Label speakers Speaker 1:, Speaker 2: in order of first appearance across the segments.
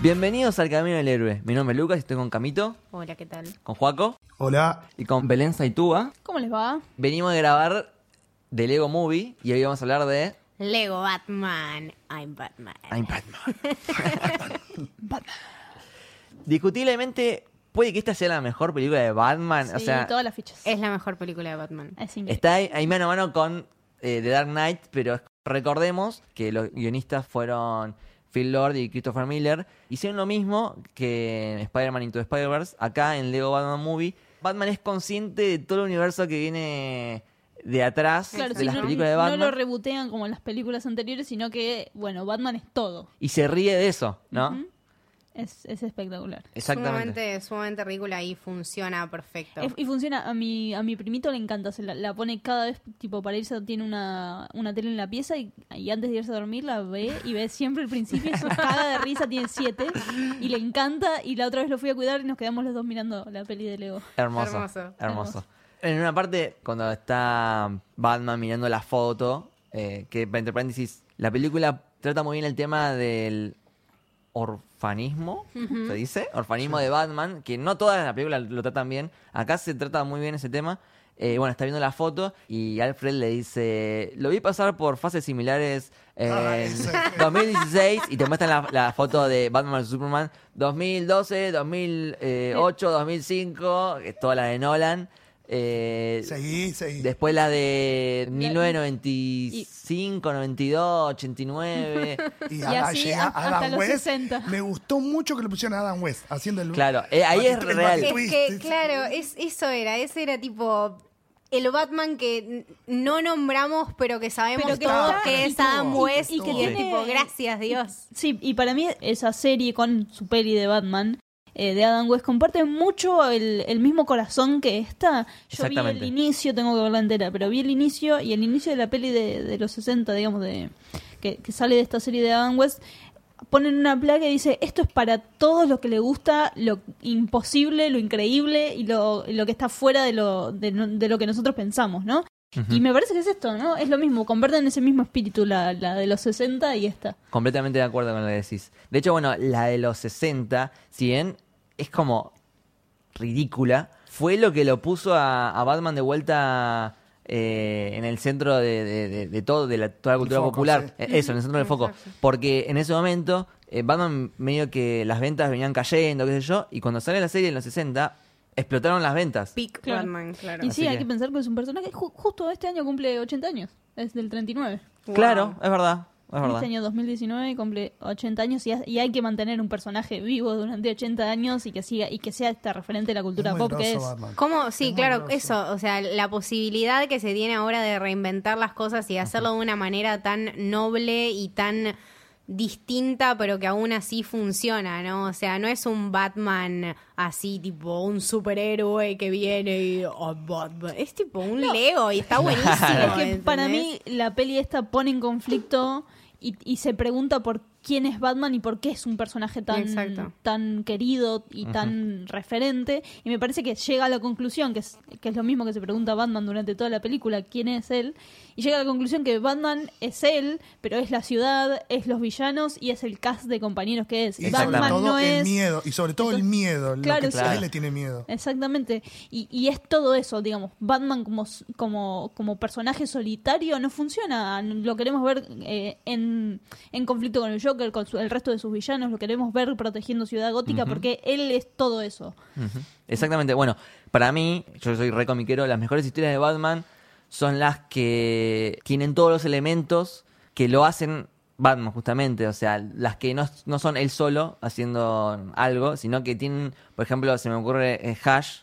Speaker 1: Bienvenidos al Camino del Héroe. Mi nombre es Lucas y estoy con Camito,
Speaker 2: Hola, ¿qué tal?
Speaker 1: con Juaco
Speaker 3: Hola.
Speaker 1: y con Belén Saitúa.
Speaker 2: ¿Cómo les va?
Speaker 1: Venimos de grabar de Lego Movie y hoy vamos a hablar de
Speaker 2: Lego Batman, I'm Batman.
Speaker 1: I'm Batman. Discutiblemente puede que esta sea la mejor película de Batman. o
Speaker 4: Sí,
Speaker 1: sea,
Speaker 4: todas las fichas.
Speaker 2: Es la mejor película de Batman.
Speaker 4: Es increíble.
Speaker 1: está ahí, ahí mano a mano con eh, The Dark Knight, pero recordemos que los guionistas fueron Phil Lord y Christopher Miller. Hicieron lo mismo que en Spider-Man Into the Spider-Verse, acá en Lego Batman Movie. Batman es consciente de todo el universo que viene de atrás
Speaker 4: Claro,
Speaker 1: de
Speaker 4: sí,
Speaker 1: las
Speaker 4: no,
Speaker 1: películas de
Speaker 4: no
Speaker 1: Batman
Speaker 4: lo rebotean como en las películas anteriores, sino que, bueno, Batman es todo.
Speaker 1: y se ríe de eso, ¿no?
Speaker 4: Ujú. Es, es espectacular.
Speaker 1: Exactamente.
Speaker 2: Sumamente, sumamente ridícula y funciona perfecto.
Speaker 4: Es- y funciona, a mi, a mi primito le encanta, se la, la pone cada vez, tipo, para irse tiene una, una tele en la pieza y, y antes de irse a dormir la ve y ve siempre el principio, y se caga de risa, tiene siete y le encanta y la otra vez lo fui a cuidar y nos quedamos los dos mirando la peli de Lego.
Speaker 1: Hermoso,
Speaker 2: Hermoso.
Speaker 1: hermoso.
Speaker 4: Hermoso.
Speaker 1: En una parte, cuando está Batman mirando la foto, eh, que entre paréntesis, la película trata muy bien el tema del orfanismo, ¿se dice? Orfanismo de Batman, que no todas las películas lo tratan bien. Acá se trata muy bien ese tema. Eh, bueno, está viendo la foto y Alfred le dice, lo vi pasar por fases similares
Speaker 3: Ah,
Speaker 1: en
Speaker 3: ese.
Speaker 1: 2016 y te muestran la, la foto de Batman vs. Superman 2012, 2008, 2005, que es toda la de Nolan. Eh,
Speaker 3: Seguí, seguí.
Speaker 1: Después la de 1995, 92, 89.
Speaker 3: y
Speaker 4: así
Speaker 3: llega
Speaker 4: hasta los 60.
Speaker 3: Me gustó mucho que le pusieron a Adam West haciendo el.
Speaker 1: Claro, eh, ahí es
Speaker 3: el
Speaker 1: real.
Speaker 2: Es
Speaker 3: twist,
Speaker 2: que,
Speaker 3: es-
Speaker 2: claro, es, eso era, ese era tipo el Batman que n- no nombramos, pero que sabemos
Speaker 4: Pero que
Speaker 2: todos
Speaker 4: está,
Speaker 2: que
Speaker 4: y
Speaker 2: es Adam
Speaker 4: estuvo,
Speaker 2: West y
Speaker 4: y
Speaker 2: que
Speaker 4: que
Speaker 2: es
Speaker 4: tiene-
Speaker 2: tipo, gracias Dios.
Speaker 4: Sí, y para mí esa serie con su peli de Batman, eh, de Adam West, comparte mucho el, el mismo corazón que esta. Yo vi el
Speaker 1: Exactamente.
Speaker 4: inicio, tengo que verla entera, pero vi el inicio y el inicio de la peli de, de los 60, digamos, de que, que sale de esta serie de Adam West. Ponen una placa y dice, esto es para todos los que le gusta lo imposible, lo increíble y lo, lo que está fuera de lo, de, no- de lo que nosotros pensamos, ¿no? Y me parece que es esto, ¿no? Es lo mismo, comparten ese mismo espíritu la, la de los 60 y esta.
Speaker 1: Completamente de acuerdo con lo que decís. De hecho, bueno, la de los 60, si bien es como ridícula, fue lo que lo puso a, a Batman de vuelta eh, en el centro de, de- de- de todo, de la, toda la cultura
Speaker 3: foco,
Speaker 1: popular.
Speaker 3: sí.
Speaker 1: Eh, Eso, en el centro del foco. Porque en ese momento, eh, Batman medio que las ventas venían cayendo, qué sé yo, y cuando sale la serie en los 60, explotaron las ventas.
Speaker 2: Pick
Speaker 4: Claro.
Speaker 2: Batman, claro.
Speaker 4: Y
Speaker 1: Así
Speaker 4: sí, hay
Speaker 1: que-
Speaker 4: que pensar que es un personaje. ju- justo este año cumple 80 años. Es del 39.
Speaker 2: Wow.
Speaker 1: Claro, es verdad, es verdad.
Speaker 4: Este año 2019 cumple 80 años y, ha- y hay que mantener un personaje vivo durante 80 años y que siga y que sea esta referente de la cultura
Speaker 3: Muy
Speaker 4: pop
Speaker 3: grosso,
Speaker 4: que es.
Speaker 3: Batman.
Speaker 2: ¿Cómo? Sí,
Speaker 3: Es
Speaker 2: claro,
Speaker 3: muy grosso.
Speaker 2: eso, o sea, la posibilidad que se tiene ahora de reinventar las cosas y de hacerlo de una manera tan noble y tan distinta, pero que aún así funciona, ¿no? O sea, no es un Batman así, tipo un superhéroe que viene y... "Oh, Batman". Es tipo un Lego y está buenísimo.
Speaker 4: Es que para
Speaker 2: ¿entendés?
Speaker 4: mí la peli esta pone en conflicto y, y se pregunta por quién es Batman y por qué es un personaje
Speaker 2: Exacto.
Speaker 4: tan, tan querido y tan referente. Y me parece que llega a la conclusión, que es, que es lo mismo que se pregunta Batman durante toda la película, quién es él. Y llega a la conclusión que Batman es él, pero es la ciudad, es los villanos y es el cast de compañeros que es.
Speaker 3: Y sobre
Speaker 4: Batman
Speaker 3: todo
Speaker 4: no
Speaker 3: el
Speaker 4: es...
Speaker 3: miedo. Y sobre todo el miedo. lo
Speaker 4: Claro,
Speaker 3: que
Speaker 4: sí.
Speaker 3: él le tiene miedo.
Speaker 4: Exactamente. Y, y es todo eso, digamos. Batman como, s- como, como personaje solitario no funciona. Lo queremos ver eh, en, en conflicto con el Joker, con su- el resto de sus villanos. Lo queremos ver protegiendo Ciudad Gótica porque él es todo eso.
Speaker 1: Ujú. Exactamente. Bueno, para mí, yo soy re comiquero, las mejores historias de Batman son las que tienen todos los elementos que lo hacen Batman, justamente. O sea, las que no, no son él solo haciendo algo, sino que tienen, por ejemplo, se me ocurre eh, Hash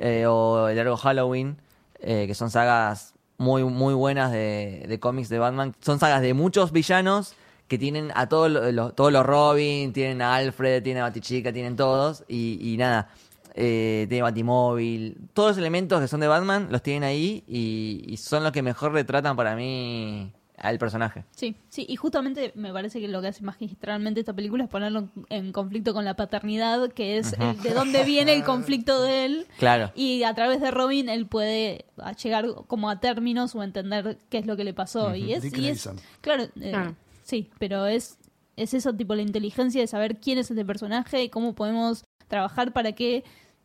Speaker 1: eh, o El Largo Halloween, eh, que son sagas muy, muy buenas de, de cómics de Batman. Son sagas de muchos villanos que tienen a todos lo- los- todos los Robin, tienen a Alfred, tienen a Batichica, tienen todos, y, y nada, eh, tiene Batimóvil, todos los elementos que son de Batman los tienen ahí y, y son los que mejor retratan para mí al personaje.
Speaker 4: Sí, sí, y justamente me parece que lo que hace magistralmente esta película es ponerlo en conflicto con la paternidad, que es el de dónde viene el conflicto de él.
Speaker 1: Claro.
Speaker 4: Y a través de Robin él puede a- llegar como a términos o entender qué es lo que le pasó. y es,
Speaker 3: Dick
Speaker 4: y es-
Speaker 3: Grayson.
Speaker 4: claro, eh,
Speaker 2: Ah.
Speaker 4: sí, pero es es eso, tipo la inteligencia de saber quién es este personaje y cómo podemos trabajar para que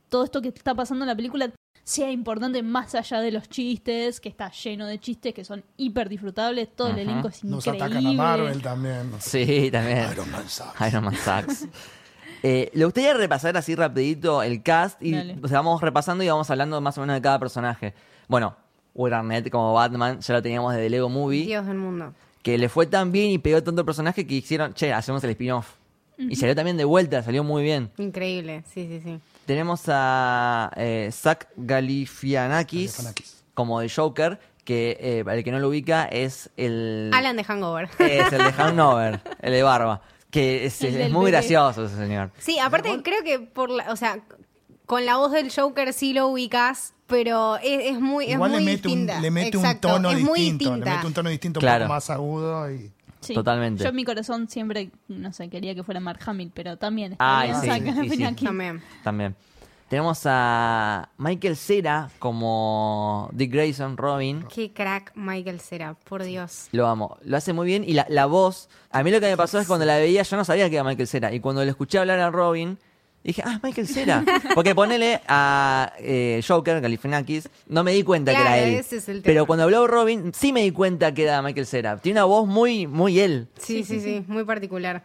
Speaker 4: todo esto que está pasando en la película sea importante más allá de los chistes, que está lleno de chistes que son hiper disfrutables, todo el
Speaker 1: Ajá.
Speaker 4: elenco es
Speaker 3: Nos
Speaker 4: increíble.
Speaker 3: atacan a Marvel también. no sé.
Speaker 1: Sí, también.
Speaker 3: Iron Man sucks.
Speaker 1: Iron Man sucks. Eh, le gustaría repasar así rapidito el cast y
Speaker 4: Dale.
Speaker 1: o sea, vamos repasando y vamos hablando más o menos de cada personaje. Bueno, Will Arnett como Batman ya lo teníamos desde Lego Movie,
Speaker 2: Dios del mundo.
Speaker 1: que le fue tan bien y pegó tanto el personaje que hicieron, che, hacemos el spin-off. Y salió también de vuelta, salió muy bien.
Speaker 2: Increíble, sí, sí, sí.
Speaker 1: Tenemos a eh, Zach Galifianakis,
Speaker 3: Galifianakis.
Speaker 1: como el Joker, que eh, para el que no lo ubica es el...
Speaker 2: Alan de Hangover.
Speaker 1: Es el de Hangover, el de barba. Que es,
Speaker 4: El
Speaker 1: es
Speaker 4: del
Speaker 1: muy
Speaker 4: bebé.
Speaker 1: gracioso ese señor.
Speaker 2: Sí, aparte creo que por la, o sea, con la voz del Joker sí lo ubicas, pero es, es muy, es
Speaker 3: Igual le
Speaker 2: muy
Speaker 3: mete, un,
Speaker 2: distinta.
Speaker 3: le mete un
Speaker 2: Exacto,
Speaker 3: tono
Speaker 2: es
Speaker 3: distinto.
Speaker 2: muy
Speaker 3: Le
Speaker 2: distinta.
Speaker 3: mete un tono distinto,
Speaker 1: Claro.
Speaker 3: un poco más agudo. Y...
Speaker 4: Sí.
Speaker 1: Totalmente.
Speaker 4: Yo en mi corazón siempre, no sé, quería que fuera Mark Hamill, pero también está
Speaker 1: Ay,
Speaker 4: bien,
Speaker 1: sí,
Speaker 4: o sea, que
Speaker 1: sí,
Speaker 4: ven
Speaker 1: sí.
Speaker 4: aquí.
Speaker 2: También.
Speaker 1: También. Tenemos a Michael Cera como Dick Grayson, Robin.
Speaker 2: Qué crack Michael Cera, por Dios.
Speaker 1: Lo amo. Lo hace muy bien. Y la, la voz. A mí lo que me pasó es cuando la veía, yo no sabía que era Michael Cera. Y cuando le escuché hablar a Robin, dije, ah, es Michael Cera. Porque ponele a eh, Joker, Galifianakis, no me di cuenta que
Speaker 2: Claro,
Speaker 1: era él.
Speaker 2: ese es el tema.
Speaker 1: Pero cuando habló Robin, sí me di cuenta que era Michael Cera. Tiene una voz muy, muy él.
Speaker 2: Sí, sí, sí, muy particular.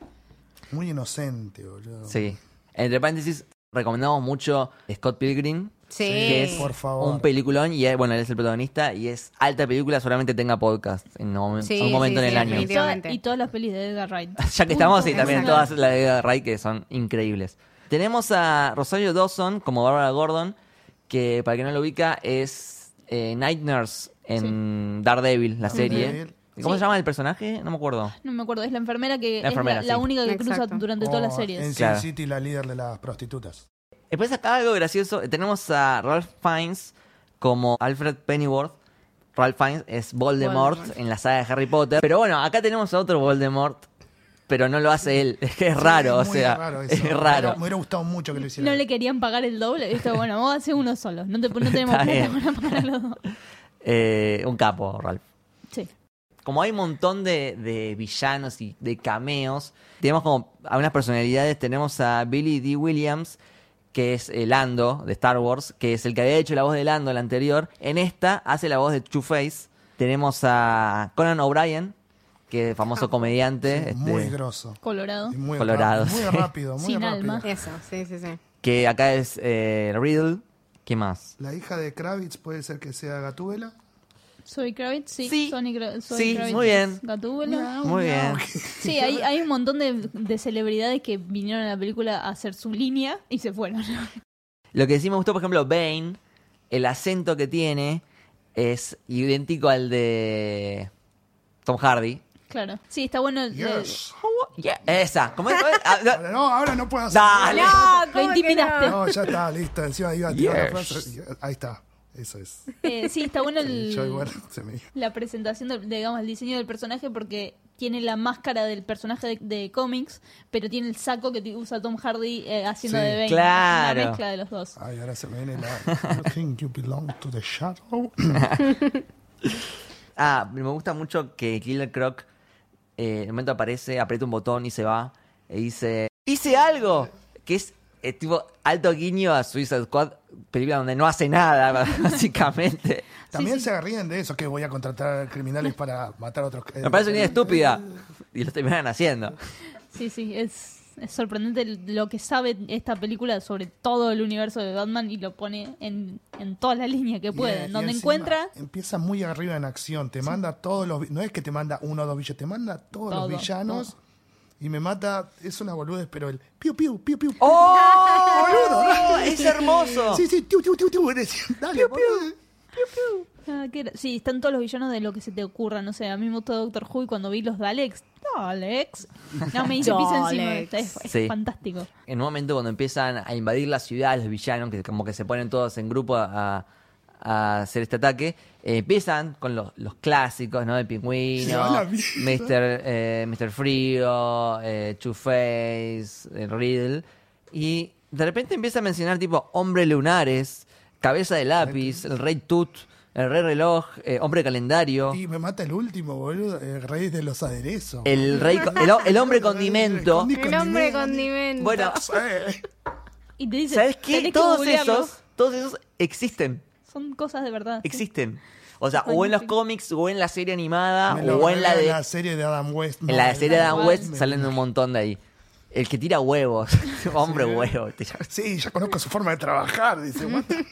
Speaker 3: Muy inocente, boludo.
Speaker 1: Sí. Entre paréntesis, recomendamos mucho Scott Pilgrim.
Speaker 2: Sí.
Speaker 1: Que es
Speaker 3: Por favor.
Speaker 1: un peliculón y eh, bueno, él es el protagonista y es alta película, solamente tenga podcast en un, momen-
Speaker 2: Sí,
Speaker 1: un momento
Speaker 2: sí,
Speaker 1: en
Speaker 2: sí,
Speaker 1: el año.
Speaker 4: Y, toda-
Speaker 2: Definitivamente.
Speaker 4: y todas las pelis de Edgar Wright.
Speaker 1: ya que estamos, y
Speaker 2: Punto.
Speaker 1: también
Speaker 2: Exacto.
Speaker 1: todas las de Ray que son increíbles. Tenemos a Rosario Dawson como Barbara Gordon, que para que no lo ubica es eh, Night Nurse en Daredevil, la serie.
Speaker 3: Daredevil.
Speaker 1: ¿Cómo se llama el personaje? No me acuerdo.
Speaker 4: No me acuerdo, es la enfermera que
Speaker 1: La enfermera,
Speaker 4: es la, la
Speaker 1: sí.
Speaker 4: única que cruza
Speaker 2: Exacto.
Speaker 4: durante
Speaker 3: O
Speaker 4: todas las
Speaker 3: Oh, En
Speaker 4: series.
Speaker 3: Sin
Speaker 1: Claro.
Speaker 3: City, la líder de las prostitutas.
Speaker 1: Después acá algo gracioso, eh, tenemos a Ralph Fiennes como Alfred Pennyworth. Ralph Fiennes es Voldemort,
Speaker 2: Voldemort.
Speaker 1: en la saga de Harry Potter. Pero bueno, acá tenemos a otro Voldemort, pero no lo hace él. Es que es raro,
Speaker 3: Sí,
Speaker 1: o
Speaker 3: muy
Speaker 1: sea,
Speaker 3: raro eso.
Speaker 1: es
Speaker 3: Me
Speaker 1: raro.
Speaker 3: hubiera- Me hubiera gustado mucho que lo hicieran.
Speaker 4: No le querían pagar el doble, ¿viste? Bueno, vos haces uno solo, no, te, no tenemos
Speaker 1: Está
Speaker 4: plata
Speaker 1: bien.
Speaker 4: para pagar los dos.
Speaker 1: Eh, un capo, Ralph.
Speaker 4: Sí.
Speaker 1: Como hay un montón de, de villanos y de cameos, tenemos como algunas personalidades. Tenemos a Billy D. Williams, que es el Lando de Star Wars, que es el que había hecho la voz de Lando en la anterior. En esta hace la voz de Two-Face. Tenemos a Conan O'Brien, que es famoso comediante. este,
Speaker 3: Muy grosso.
Speaker 4: Colorado.
Speaker 3: Y Muy
Speaker 1: Colorado,
Speaker 3: rápido, Muy
Speaker 1: sí.
Speaker 3: rápido, muy
Speaker 4: Sin
Speaker 3: rápido.
Speaker 4: alma.
Speaker 2: Eso, sí, sí, sí.
Speaker 1: que acá es eh, Riddle. ¿Qué más?
Speaker 3: La hija de Kravitz puede ser que sea Gatúbela.
Speaker 4: Soy Kravitz, sí.
Speaker 1: Sí.
Speaker 4: Zoe Kra- Zoe
Speaker 1: Sí,
Speaker 4: Kravitz
Speaker 1: muy bien.
Speaker 4: es Gatúbela.
Speaker 1: Muy bien.
Speaker 4: Sí, hay, hay un montón de, de celebridades que vinieron a la película a hacer su línea y se fueron.
Speaker 1: Lo que sí me gustó, por ejemplo, Bane, el acento que tiene es idéntico al de Tom Hardy.
Speaker 4: Claro. Sí, está bueno. el- el-
Speaker 3: Yes.
Speaker 1: Yeah, Esa, ¿cómo es? ¿Cómo es? Ah, no.
Speaker 3: Ahora no, ahora no puedo hacer.
Speaker 1: Dale.
Speaker 2: No,
Speaker 4: Lo intimidaste.
Speaker 3: No, ya está, listo. Encima iba a tirar la
Speaker 1: Yes.
Speaker 3: frase. Ahí está. Eso es.
Speaker 4: eh, sí, está bueno el-
Speaker 3: Yo igual se me
Speaker 4: la presentación, del- digamos, el diseño del personaje porque tiene la máscara del personaje de, de cómics, pero tiene el saco que ti- usa Tom Hardy eh, haciendo
Speaker 3: Sí,
Speaker 4: de Bane.
Speaker 1: claro.
Speaker 4: Una mezcla de los dos.
Speaker 3: Ay, ahora se me viene la. You think you belong to the shadow.
Speaker 1: Ah, me gusta mucho que Killer Croc eh, en un momento aparece, aprieta un botón y se va. Y dice, hice algo. Que es eh, tipo alto guiño a Suicide Squad, película donde no hace nada, básicamente.
Speaker 3: También se ríen de eso, que voy a contratar criminales para matar a otros. eh,
Speaker 1: Me parece una idea estúpida. Y lo terminan haciendo.
Speaker 4: Sí, sí, es, es sorprendente lo que sabe esta película sobre todo el universo de Batman y lo pone en, en toda la línea que
Speaker 3: Y,
Speaker 4: puede.
Speaker 3: eh,
Speaker 4: En
Speaker 3: y
Speaker 4: donde
Speaker 3: encima
Speaker 4: encuentra,
Speaker 3: Empieza muy arriba en acción. Te manda todos los. vi- No es que te manda uno o dos villanos, te manda todos
Speaker 4: Todo,
Speaker 3: los villanos. Y me mata. Es una boludez, pero el. Piu, piu, piu, piu.
Speaker 1: ¡Oh! ¡Boludo! ¡Es hermoso!
Speaker 3: Sí, sí, tiu, tiu, tiu, tiu. Decía, Dale, boludo. eh.
Speaker 4: Ah, qué gra- Sí, están todos los villanos de lo que se te ocurra. No sé, a mí me gustó Doctor Who y cuando vi los Daleks. Daleks. No, me hice pisa encima.
Speaker 2: Daleks.
Speaker 4: Es, es
Speaker 1: Sí.
Speaker 4: fantástico.
Speaker 1: En un momento cuando empiezan a invadir la ciudad, los villanos, que como que se ponen todos en grupo a, a hacer este ataque, eh, empiezan con los, los clásicos, ¿no? El
Speaker 3: Se
Speaker 1: pingüino,
Speaker 3: va la
Speaker 1: Mr.
Speaker 3: mierda.
Speaker 1: eh, Mr. Frío, eh, Two-Face, eh, Riddle. Y de repente empieza a mencionar tipo Hombre Lunares, Cabeza de Lápiz, el Rey Tut, El Rey Reloj, eh, Hombre Calendario,
Speaker 3: Y me mata el último, boludo. El rey de los aderezos.
Speaker 1: el, rey, co- el, ho- el Hombre Condimento.
Speaker 3: Condi-
Speaker 2: El hombre
Speaker 3: condimento.
Speaker 2: condimento.
Speaker 1: Bueno,
Speaker 3: Sí.
Speaker 4: Y te dice,
Speaker 1: ¿sabes
Speaker 4: tenés
Speaker 1: qué?
Speaker 4: que
Speaker 1: Todos
Speaker 4: googlearlo.
Speaker 1: esos, todos esos existen.
Speaker 4: Son cosas de verdad. sí.
Speaker 1: Existen. O sea, o en los cómics, o en la serie animada,
Speaker 3: Me lo
Speaker 1: Ah, o en la
Speaker 3: regala
Speaker 1: de.
Speaker 3: la serie de Adam West.
Speaker 1: En la
Speaker 3: No,
Speaker 1: serie de Adam
Speaker 4: Adam
Speaker 1: West
Speaker 3: West.
Speaker 1: salen un montón de ahí. El que tira huevos. Hombre huevo. tira-
Speaker 3: Sí, ya conozco su forma de trabajar. Dice, "What the-".
Speaker 1: Sí,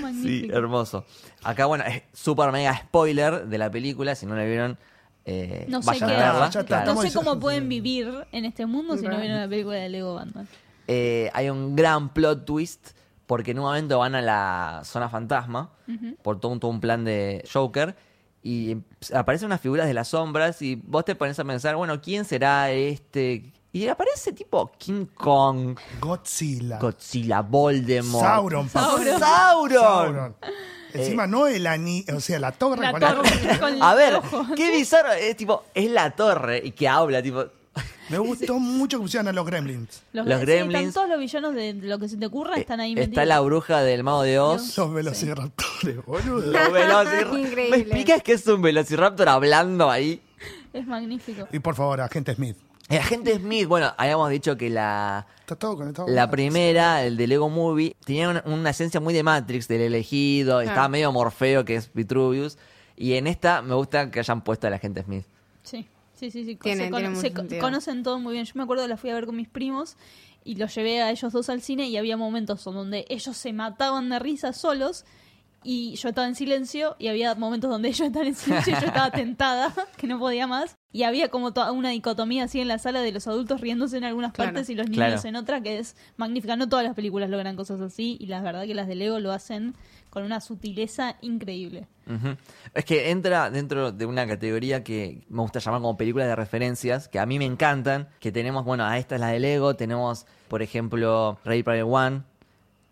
Speaker 4: Magnífico.
Speaker 1: hermoso. Acá, bueno, es super mega spoiler de la película. Si no la vieron, eh,
Speaker 4: No sé, qué,
Speaker 1: vayan a
Speaker 3: nada,
Speaker 1: verla.
Speaker 3: ya está,
Speaker 1: claro.
Speaker 4: no
Speaker 3: estamos
Speaker 4: sé cómo
Speaker 3: diciendo-
Speaker 4: pueden vivir en este mundo si no vieron la película de Lego Batman.
Speaker 1: Eh, hay un gran plot twist porque en un momento van a la zona fantasma por todo un, todo un plan de Joker y aparecen unas figuras de las sombras y vos te pones a pensar, bueno, ¿quién será este? Y aparece tipo King Kong,
Speaker 3: Godzilla.
Speaker 1: Godzilla, Voldemort.
Speaker 3: Sauron, papá.
Speaker 1: Sauron.
Speaker 3: Sauron. Encima
Speaker 1: Eh.
Speaker 3: no el ani, o sea, la torre
Speaker 4: La
Speaker 3: con la
Speaker 4: torre.
Speaker 3: torre.
Speaker 4: Con
Speaker 1: A
Speaker 4: el
Speaker 1: ver,
Speaker 4: ojo.
Speaker 1: qué bizarro. Es tipo, es la torre y que habla, tipo.
Speaker 3: Me gustó mucho que pusieran a los gremlins.
Speaker 1: Los
Speaker 4: sí,
Speaker 1: gremlins. Eh,
Speaker 4: están todos los villanos de lo que se te ocurra están ahí
Speaker 1: está la bruja del mago de Oz.
Speaker 3: Los velociraptores, boludo.
Speaker 1: Los velociraptor-
Speaker 2: Increíble.
Speaker 1: ¿Me explicas que es un velociraptor hablando ahí?
Speaker 4: Es magnífico.
Speaker 3: Y por favor, agente Smith.
Speaker 1: El agente Smith, bueno, habíamos dicho que la,
Speaker 3: Está todo conectado.
Speaker 1: la primera, el de Lego Movie, tenía una, una esencia muy de Matrix, del elegido, estaba medio Morfeo, que es Vitruvius. Y en esta me gusta que hayan puesto al agente Smith.
Speaker 4: Sí, sí, sí. sí.
Speaker 2: Tiene-
Speaker 4: se
Speaker 2: tiene
Speaker 4: cono-
Speaker 2: mucho
Speaker 4: se co-
Speaker 2: sentido.
Speaker 4: conocen todo muy bien. Yo me acuerdo que la fui a ver con mis primos y los llevé a ellos dos al cine y había momentos donde ellos se mataban de risa solos y yo estaba en silencio y había momentos donde ellos estaban en silencio y yo estaba tentada, que no podía más. Y había como toda una dicotomía así en la sala de los adultos riéndose en algunas
Speaker 2: Claro.
Speaker 4: partes y los niños
Speaker 1: Claro.
Speaker 4: en otra, que es magnífica. No todas las películas logran cosas así y la verdad que las de Lego lo hacen con una sutileza increíble.
Speaker 1: Ujú. Es que entra dentro de una categoría que me gusta llamar como películas de referencias, que a mí me encantan, que tenemos, bueno, a esta es la de Lego, tenemos, por ejemplo, Ready Player One,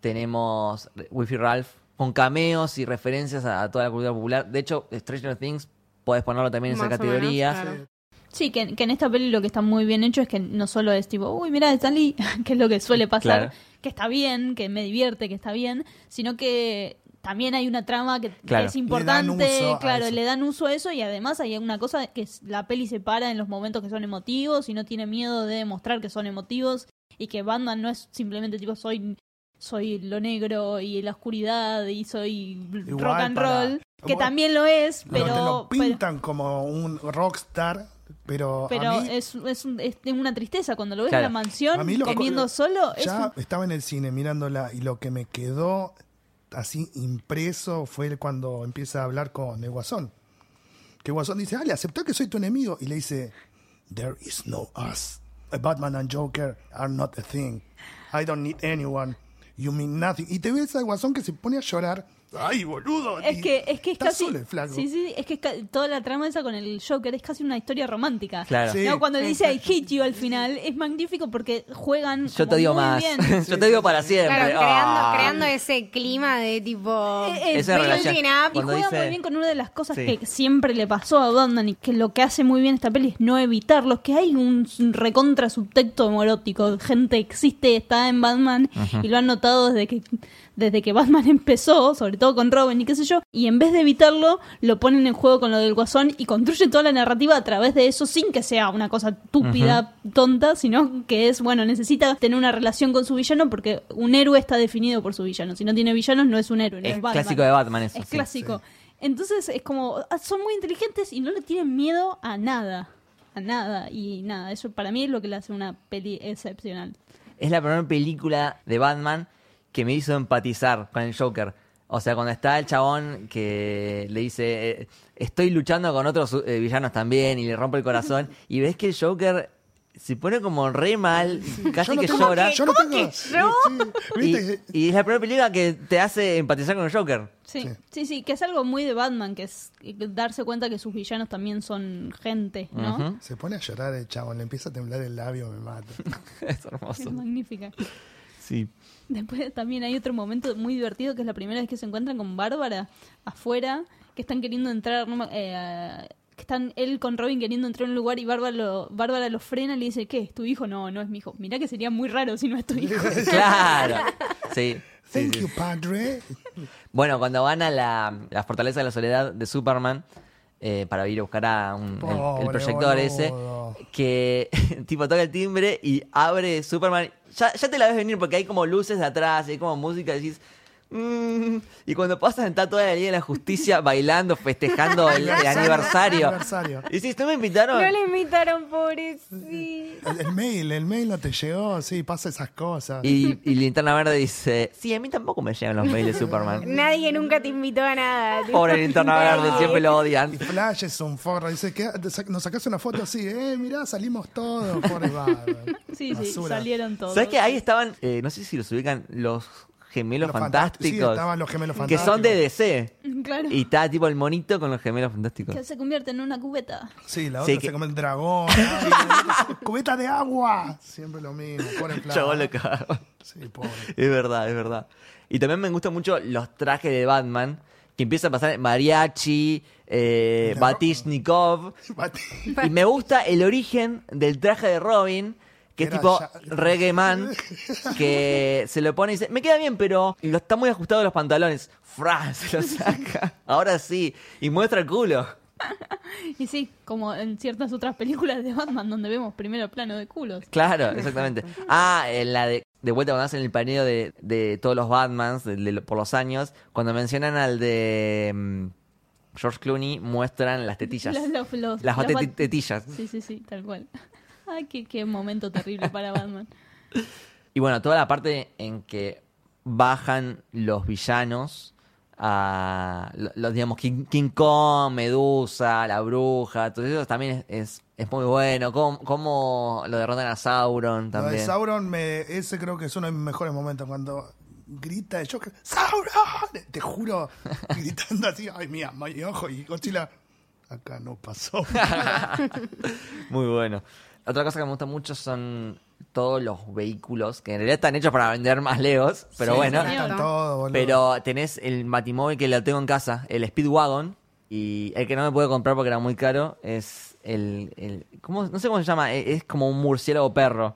Speaker 1: tenemos Wifi Ralph, con cameos y referencias a, a toda la cultura popular. De hecho, Stranger Things, podés ponerlo también en esa
Speaker 2: Más o menos,
Speaker 1: categoría.
Speaker 2: claro.
Speaker 4: Sí, que, que en esta peli lo que está muy bien hecho es que no solo es tipo, uy, mira, Stan Lee, que es lo que suele pasar,
Speaker 1: Claro.
Speaker 4: que está bien, que me divierte, que está bien, sino que también hay una trama que, que
Speaker 1: Claro.
Speaker 4: es importante,
Speaker 3: Le dan uso a
Speaker 4: claro,
Speaker 3: eso.
Speaker 4: le dan uso a eso y además hay una cosa que es- la peli se para en los momentos que son emotivos y no tiene miedo de mostrar que son emotivos y que Banda no es simplemente tipo, soy soy lo negro y la oscuridad y soy
Speaker 3: Igual
Speaker 4: rock and
Speaker 3: para-
Speaker 4: roll, que
Speaker 3: Bueno,
Speaker 4: también lo es,
Speaker 3: Lo-
Speaker 4: pero...
Speaker 3: te lo
Speaker 4: pero-
Speaker 3: pintan como un rockstar, pero,
Speaker 4: pero
Speaker 3: a mí,
Speaker 4: es, es, un- es de una tristeza cuando lo ves
Speaker 1: Claro.
Speaker 4: en la mansión
Speaker 3: A mí lo-
Speaker 4: comiendo solo. Es
Speaker 3: ya
Speaker 4: un-
Speaker 3: estaba en el cine mirándola y lo que me quedó así impreso fue cuando empieza a hablar con el Guasón. Que el Guasón dice, Ale, aceptó que soy tu enemigo. Y le dice, There is no us. Batman and Joker are not a thing. I don't need anyone. You mean nothing. Y te ves al Guasón que se pone a llorar. ¡Ay, boludo!
Speaker 4: es
Speaker 3: Y
Speaker 4: que es que es
Speaker 3: está
Speaker 4: casi
Speaker 3: solo el flaco.
Speaker 4: sí sí es que es ca- toda la trama esa con el Joker es casi una historia romántica
Speaker 1: Claro.
Speaker 3: Sí.
Speaker 4: No, cuando le dice I hate you al final es magnífico porque juegan
Speaker 1: Yo
Speaker 4: como
Speaker 1: te digo
Speaker 4: muy
Speaker 1: más,
Speaker 4: bien.
Speaker 1: yo te digo para siempre.
Speaker 2: Claro,
Speaker 1: Ah.
Speaker 2: creando, creando ese clima de tipo.
Speaker 4: Eh, eh,
Speaker 1: Esa
Speaker 4: building
Speaker 1: relación.
Speaker 2: up.
Speaker 4: Y
Speaker 1: Cuando
Speaker 4: juega
Speaker 1: dice-
Speaker 4: muy bien con una de las cosas
Speaker 1: Sí.
Speaker 4: que siempre le pasó a Batman y que lo que hace muy bien esta peli es no evitarlo, es que hay un recontra subtexto erótico, gente existe, está en Batman y lo han notado desde que desde que Batman empezó, sobre todo con Robin y qué sé yo, y en vez de evitarlo lo ponen en juego con lo del Guasón y construyen toda la narrativa a través de eso sin que sea una cosa estúpida, tonta, sino que es, bueno, necesita tener una relación con su villano porque un héroe está definido por su villano, si no tiene villanos no es un héroe, no es,
Speaker 1: Es
Speaker 4: Batman.
Speaker 1: clásico de Batman eso.
Speaker 4: Es
Speaker 1: sí.
Speaker 4: clásico. Entonces es como, ah, son muy inteligentes y no le tienen miedo a nada. A nada y nada. Eso para mí es lo que le hace una peli excepcional.
Speaker 1: Es la primera película de Batman que me hizo empatizar con el Joker. O sea, cuando está el chabón que le dice, eh, estoy luchando con otros eh, villanos también y le rompe el corazón, y ves que el Joker se pone como re mal, casi
Speaker 3: Yo no
Speaker 1: que
Speaker 3: tengo-
Speaker 1: llora.
Speaker 3: yo no
Speaker 2: ¿Cómo
Speaker 3: tengo-
Speaker 2: que yo?
Speaker 3: Sí,
Speaker 1: Y,
Speaker 3: ¿viste?
Speaker 1: y es la primera película que te hace empatizar con el Joker.
Speaker 4: Sí,
Speaker 3: Sí.
Speaker 4: sí, sí, que es algo muy de Batman, que es eh, darse cuenta que sus villanos también son gente, ¿no?
Speaker 1: Ujú.
Speaker 3: Se pone a llorar el chabón, le empieza a temblar el labio, me mata.
Speaker 1: Es
Speaker 4: Es
Speaker 1: hermoso.
Speaker 4: magnífica.
Speaker 1: Sí.
Speaker 4: Después también hay otro momento muy divertido que es la primera vez que se encuentran con Bárbara afuera, que están queriendo entrar, no me- eh, que están él con Robin queriendo entrar a un lugar y Bárbara lo, Bárbara lo frena y le dice, ¿qué? ¿Es tu hijo? No, no es mi hijo. Mirá que sería muy raro si no es tu hijo.
Speaker 1: Claro. Sí.
Speaker 3: Thank
Speaker 1: sí.
Speaker 3: you, padre.
Speaker 1: Bueno, cuando van a la, la fortaleza de la soledad de Superman eh, para ir a buscar a un- el- el,
Speaker 3: Pobre
Speaker 1: proyector ese,
Speaker 3: boludo.
Speaker 1: que tipo toca el timbre y abre Superman. Ya, ya te la ves venir porque hay como luces de atrás, hay como música, y decís... "Mm". Y cuando pasan está toda la Liga de la Justicia bailando, festejando el, el aniversario.
Speaker 3: Aniversario.
Speaker 1: Y si ¿no me invitaron?
Speaker 2: No le invitaron, pobrecito.
Speaker 3: El, el mail, el mail no te llegó, sí, pasa esas cosas.
Speaker 1: Y, y Linterna Verde dice, sí, a mí tampoco me llegan los mails de Superman.
Speaker 2: Nadie nunca te invitó a nada. tipo.
Speaker 1: Pobre Linterna Verde, siempre lo odian.
Speaker 3: Y Flash es un forro. Dice, que nos sacás una foto así, eh, mirá, salimos todos, pobre bárbaro.
Speaker 4: Sí, sí,
Speaker 3: Basura.
Speaker 4: salieron todos.
Speaker 1: ¿Sabes que ahí estaban, eh, no sé si los ubican, los gemelos
Speaker 3: Los fantásticos.
Speaker 1: fantásticos?
Speaker 3: Sí, estaban los gemelos
Speaker 1: Que son de
Speaker 3: fantásticos.
Speaker 1: DC.
Speaker 4: Claro.
Speaker 1: Y está tipo el monito con los gemelos fantásticos.
Speaker 4: Que se convierte en una cubeta.
Speaker 3: Sí, la
Speaker 1: Sí,
Speaker 3: otra
Speaker 1: que-
Speaker 3: se come el dragón. ay, la otra se- cubeta de agua. Siempre lo mismo, pobre Flash.
Speaker 1: Yo lo cago.
Speaker 3: Sí, pobre.
Speaker 1: Es verdad, es verdad. Y también me gustan mucho los trajes de Batman, que empieza a pasar mariachi, eh,
Speaker 3: No.
Speaker 1: Batishnikov.
Speaker 3: Bati-
Speaker 1: Y me gusta el origen del traje de Robin, que es
Speaker 3: Era
Speaker 1: tipo
Speaker 3: ya-
Speaker 1: reggae man, que se lo pone y dice, me queda bien, pero lo está muy ajustado los pantalones. Fra, se lo saca. Ahora sí. Y muestra el culo.
Speaker 4: Y sí, como en ciertas otras películas de Batman donde vemos primero plano de culos.
Speaker 1: Claro, exactamente. Ah, en la de, de vuelta cuando hacen el paneo de, de todos los Batmans de- de lo- por los años, cuando mencionan al de mm, George Clooney, muestran las tetillas.
Speaker 4: Los- los- los-
Speaker 1: las
Speaker 4: las
Speaker 1: bate-
Speaker 4: bat-
Speaker 1: tetillas.
Speaker 4: Sí, sí, sí, tal cual. Ay, qué, qué momento terrible para Batman.
Speaker 1: Y bueno, toda la parte en que bajan los villanos a lo- los, digamos, King, King Kong, Medusa, la bruja, todo eso también es, es, es muy bueno. Cómo, cómo lo derrotan a Sauron
Speaker 3: Lo de
Speaker 1: también.
Speaker 3: Sauron, me, ese creo que es uno de mis mejores momentos. Cuando grita el Joker, ¡Sauron! Te juro, gritando así, ¡ay, mía, mi ojo! Y Godzilla, acá no pasó.
Speaker 1: Muy bueno. Otra cosa que me gusta mucho son todos los vehículos, que en realidad están hechos para vender más Legos, pero
Speaker 3: Sí,
Speaker 1: bueno.
Speaker 3: ahora están
Speaker 2: Mierda.
Speaker 3: todos, boludo.
Speaker 1: Pero tenés el Batimóvil que lo tengo en casa, el Speedwagon. Y el que no me pude comprar porque era muy caro es el. el- ¿cómo? No sé cómo se llama, e- es, como un murciélago perro.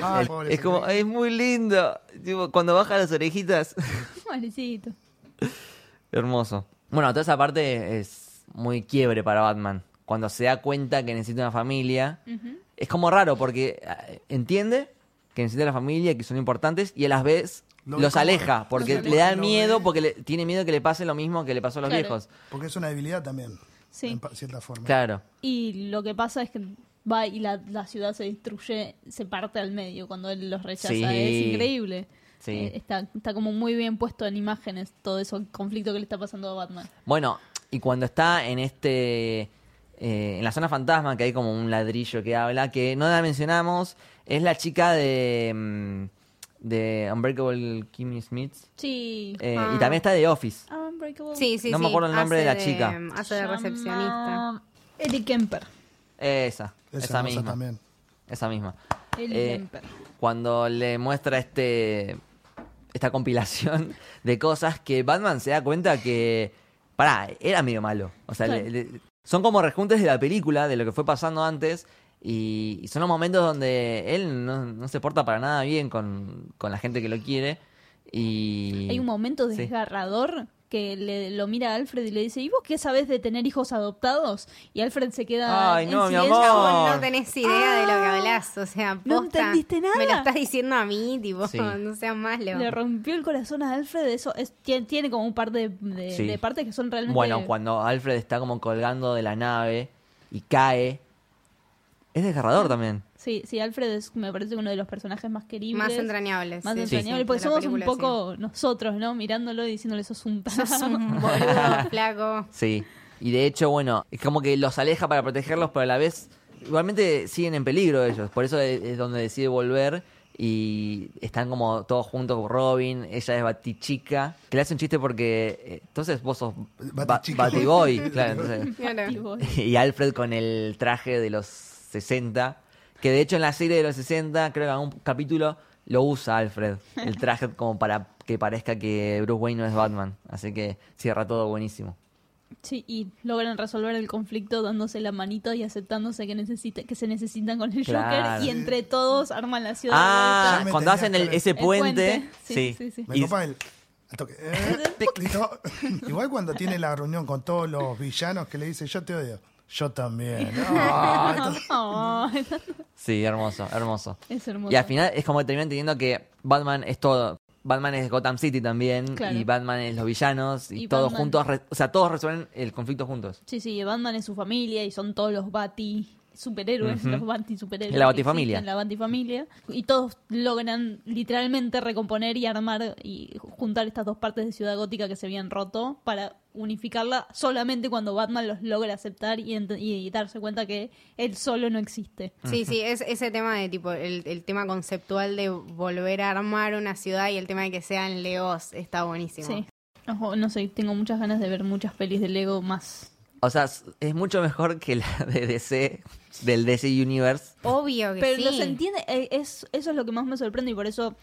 Speaker 3: Ah,
Speaker 1: El-
Speaker 3: pobre,
Speaker 1: es
Speaker 3: se
Speaker 1: como,
Speaker 3: cree.
Speaker 1: es muy lindo. Tipo, cuando baja las orejitas,
Speaker 4: Pobrecito.
Speaker 1: hermoso. Bueno, toda esa parte es muy quiebre para Batman. Cuando se da cuenta que necesita una familia, es como raro porque eh, entiende que necesita la familia, que son importantes, y a las vez
Speaker 3: Lo ve
Speaker 1: los
Speaker 3: como-
Speaker 1: aleja porque
Speaker 3: Los
Speaker 1: le da
Speaker 3: aleja, lo
Speaker 1: miedo,
Speaker 3: ve.
Speaker 1: porque le- tiene miedo que le pase lo mismo que le pasó a los
Speaker 4: Claro.
Speaker 1: viejos.
Speaker 3: Porque es una debilidad también,
Speaker 4: Sí.
Speaker 3: en pa- cierta forma.
Speaker 1: Claro.
Speaker 4: Y lo que pasa es que va y la, la ciudad se destruye, se parte al medio cuando él los rechaza.
Speaker 1: Sí.
Speaker 4: Es increíble.
Speaker 1: Sí.
Speaker 4: Eh, está, está como muy bien puesto en imágenes todo eso, el conflicto que le está pasando a Batman.
Speaker 1: Bueno, y cuando está en este. eh, en la zona fantasma, que hay como un ladrillo que habla, que no la mencionamos, es la chica de. mm, de Unbreakable Kimmy Smith.
Speaker 4: Sí.
Speaker 1: eh,
Speaker 2: Ah.
Speaker 1: Y también está de Office.
Speaker 4: Unbreakable.
Speaker 2: Sí, sí,
Speaker 1: No me
Speaker 2: sí,
Speaker 1: acuerdo el nombre
Speaker 2: hace
Speaker 1: de la chica.
Speaker 2: Hace de recepcionista.
Speaker 4: Llama Eric Kemper.
Speaker 1: Esa,
Speaker 3: Es
Speaker 1: esa,
Speaker 3: hermosa
Speaker 1: misma.
Speaker 3: también.
Speaker 1: Esa misma.
Speaker 4: El
Speaker 1: Eh,
Speaker 4: Lemper.
Speaker 1: cuando le muestra este esta compilación de cosas que Batman se da cuenta que pará, era medio malo. O sea, le- le- son como rejuntes de la película, de lo que fue pasando antes. Y, y son los momentos donde él no, no se porta para nada bien con, con la gente que lo quiere. Y.
Speaker 4: Hay un momento
Speaker 1: Sí.
Speaker 4: desgarrador que le, lo mira a Alfred y le dice, ¿y vos qué sabes de tener hijos adoptados? Y Alfred se queda...
Speaker 1: Ay,
Speaker 4: en
Speaker 1: no, mi
Speaker 4: silencio.
Speaker 1: amor.
Speaker 2: Vos no tenés idea de lo que hablas, o sea, posta,
Speaker 4: ¿No entendiste nada?
Speaker 2: Me lo estás diciendo a mí, tipo,
Speaker 1: Sí.
Speaker 2: no seas malo.
Speaker 4: Le rompió el corazón a Alfred, eso es, tiene, tiene como un par de, de-
Speaker 1: Sí.
Speaker 4: de partes que son realmente...
Speaker 1: Bueno, cuando Alfred está como colgando de la nave y cae. Es desgarrador también.
Speaker 4: Sí, sí, Alfred es, me parece uno de los personajes más queribles.
Speaker 2: Más entrañables.
Speaker 4: Más
Speaker 2: sí, sí,
Speaker 4: entrañable,
Speaker 2: sí,
Speaker 4: porque
Speaker 2: de la
Speaker 4: somos un
Speaker 2: película,
Speaker 4: poco nosotros, ¿no? Mirándolo y diciéndole, sos un
Speaker 2: sí. Sos
Speaker 4: tarado".
Speaker 2: un boludo flaco.
Speaker 1: Sí. Y de hecho, bueno, es como que los aleja para protegerlos, pero a la vez igualmente siguen en peligro ellos. Por eso es es donde decide volver y están como todos juntos con Robin. Ella es Batichica. Que le hace un chiste porque eh, entonces vos sos ba-
Speaker 3: Batichica.
Speaker 1: Batiboy. Claro, entonces.
Speaker 2: Claro.
Speaker 4: Tipo,
Speaker 1: Y Alfred con el traje de los 60. Que de hecho en la serie de los 60, creo que en algún capítulo, lo usa Alfred. El traje como para que parezca que Bruce Wayne no es Batman. Así que cierra todo buenísimo.
Speaker 4: Sí, y logran resolver el conflicto dándose la manito y aceptándose que necesita, que se necesitan con el
Speaker 1: Claro.
Speaker 4: Joker y entre todos arman la ciudad.
Speaker 1: Ah,
Speaker 3: Ya me
Speaker 1: cuando
Speaker 3: tenía
Speaker 1: hacen el-
Speaker 3: que ver.
Speaker 1: ese
Speaker 4: El
Speaker 1: puente.
Speaker 4: puente,
Speaker 1: Sí,
Speaker 4: sí, sí, sí.
Speaker 3: Me
Speaker 1: Y-
Speaker 3: copa el. al toque. Eh, listo. Igual cuando tiene la reunión con todos los villanos que le dice yo te odio. Yo también. Ah,
Speaker 4: de vuelta.
Speaker 3: entonces-
Speaker 4: Ay,
Speaker 1: sí, hermoso, hermoso.
Speaker 4: es hermoso.
Speaker 1: Y al final es como que terminan entendiendo que Batman es todo. Batman es Gotham City también.
Speaker 4: Claro.
Speaker 1: Y Batman es los villanos. Y,
Speaker 4: Y
Speaker 1: todos
Speaker 4: Batman-
Speaker 1: juntos. re- o sea, todos resuelven el conflicto juntos.
Speaker 4: Sí, sí, Batman es su familia y son todos los Bati superhéroes, los Bati superhéroes.
Speaker 1: Y la
Speaker 4: que
Speaker 1: Batifamilia.
Speaker 4: existen, La Batifamilia. Y todos logran literalmente recomponer y armar y juntar estas dos partes de Ciudad Gótica que se habían roto para unificarla solamente cuando Batman los logra aceptar y, ent- y darse cuenta que él solo no existe.
Speaker 2: Sí, sí, es ese tema de tipo, el, el tema conceptual de volver a armar una ciudad y el tema de que sean leos está buenísimo.
Speaker 4: Sí. Ojo, no sé, tengo muchas ganas de ver muchas pelis de Lego más.
Speaker 1: O sea, s- es mucho mejor que la de DC, del DC Universe.
Speaker 2: Obvio que
Speaker 4: Pero
Speaker 2: sí.
Speaker 4: los entiende, eh, es, eso es lo que más me sorprende y por eso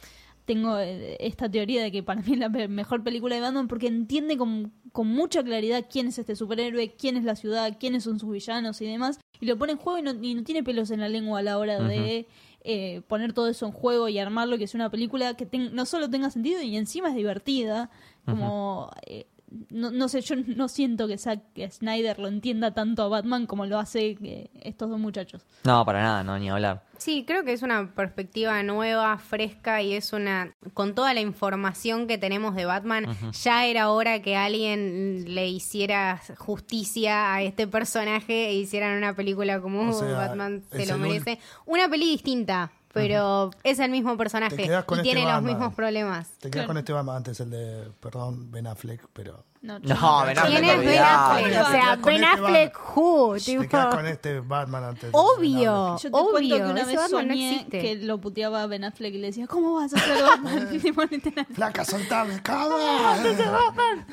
Speaker 4: tengo eh, esta teoría de que para mí es la pe- mejor película de Batman porque entiende con, con mucha claridad quién es este superhéroe, quién es la ciudad, quiénes son sus villanos y demás. Y lo pone en juego y no, y no tiene pelos en la lengua a la hora de eh, poner todo eso en juego y armarlo, que es una película que ten- no solo tenga sentido y encima es divertida. Como... eh, no, no sé, yo no siento que Zack Snyder lo entienda tanto a Batman como lo hace eh, estos dos muchachos.
Speaker 1: No, para nada, no, ni hablar.
Speaker 2: Sí, creo que es una perspectiva nueva, fresca y es una. Con toda la información que tenemos de Batman, ya era hora que alguien le hiciera justicia a este personaje e hicieran una película como "Uh,
Speaker 3: O sea,
Speaker 2: Batman se
Speaker 3: es
Speaker 2: lo
Speaker 3: el
Speaker 2: merece. Una peli distinta, pero es el mismo personaje
Speaker 3: Te quedás con
Speaker 2: y
Speaker 3: este
Speaker 2: tiene los
Speaker 3: Batman.
Speaker 2: mismos problemas.
Speaker 3: Te quedas
Speaker 4: Claro.
Speaker 3: con este Batman antes, el de, perdón, Ben Affleck, pero.
Speaker 4: No, yo
Speaker 1: No, Ben Affleck,
Speaker 2: ¿Quién es Ben
Speaker 1: olvidate.
Speaker 2: Affleck? O
Speaker 3: Te quedás
Speaker 2: sea,
Speaker 3: con
Speaker 2: Ben
Speaker 3: este
Speaker 2: Affleck,
Speaker 3: Batman.
Speaker 2: who?
Speaker 3: Te
Speaker 2: Tipo,
Speaker 3: quedas con este Batman antes. de Ben
Speaker 2: Obvio,
Speaker 3: Affleck.
Speaker 4: Yo te cuento
Speaker 2: obvio.
Speaker 4: que una
Speaker 2: ese
Speaker 4: vez
Speaker 2: Batman no
Speaker 4: soñé
Speaker 2: existe.
Speaker 4: que lo puteaba a Ben Affleck y le decía, ¿cómo vas a ser Batman? Y ponete la-
Speaker 3: Flaca, soltame, cama.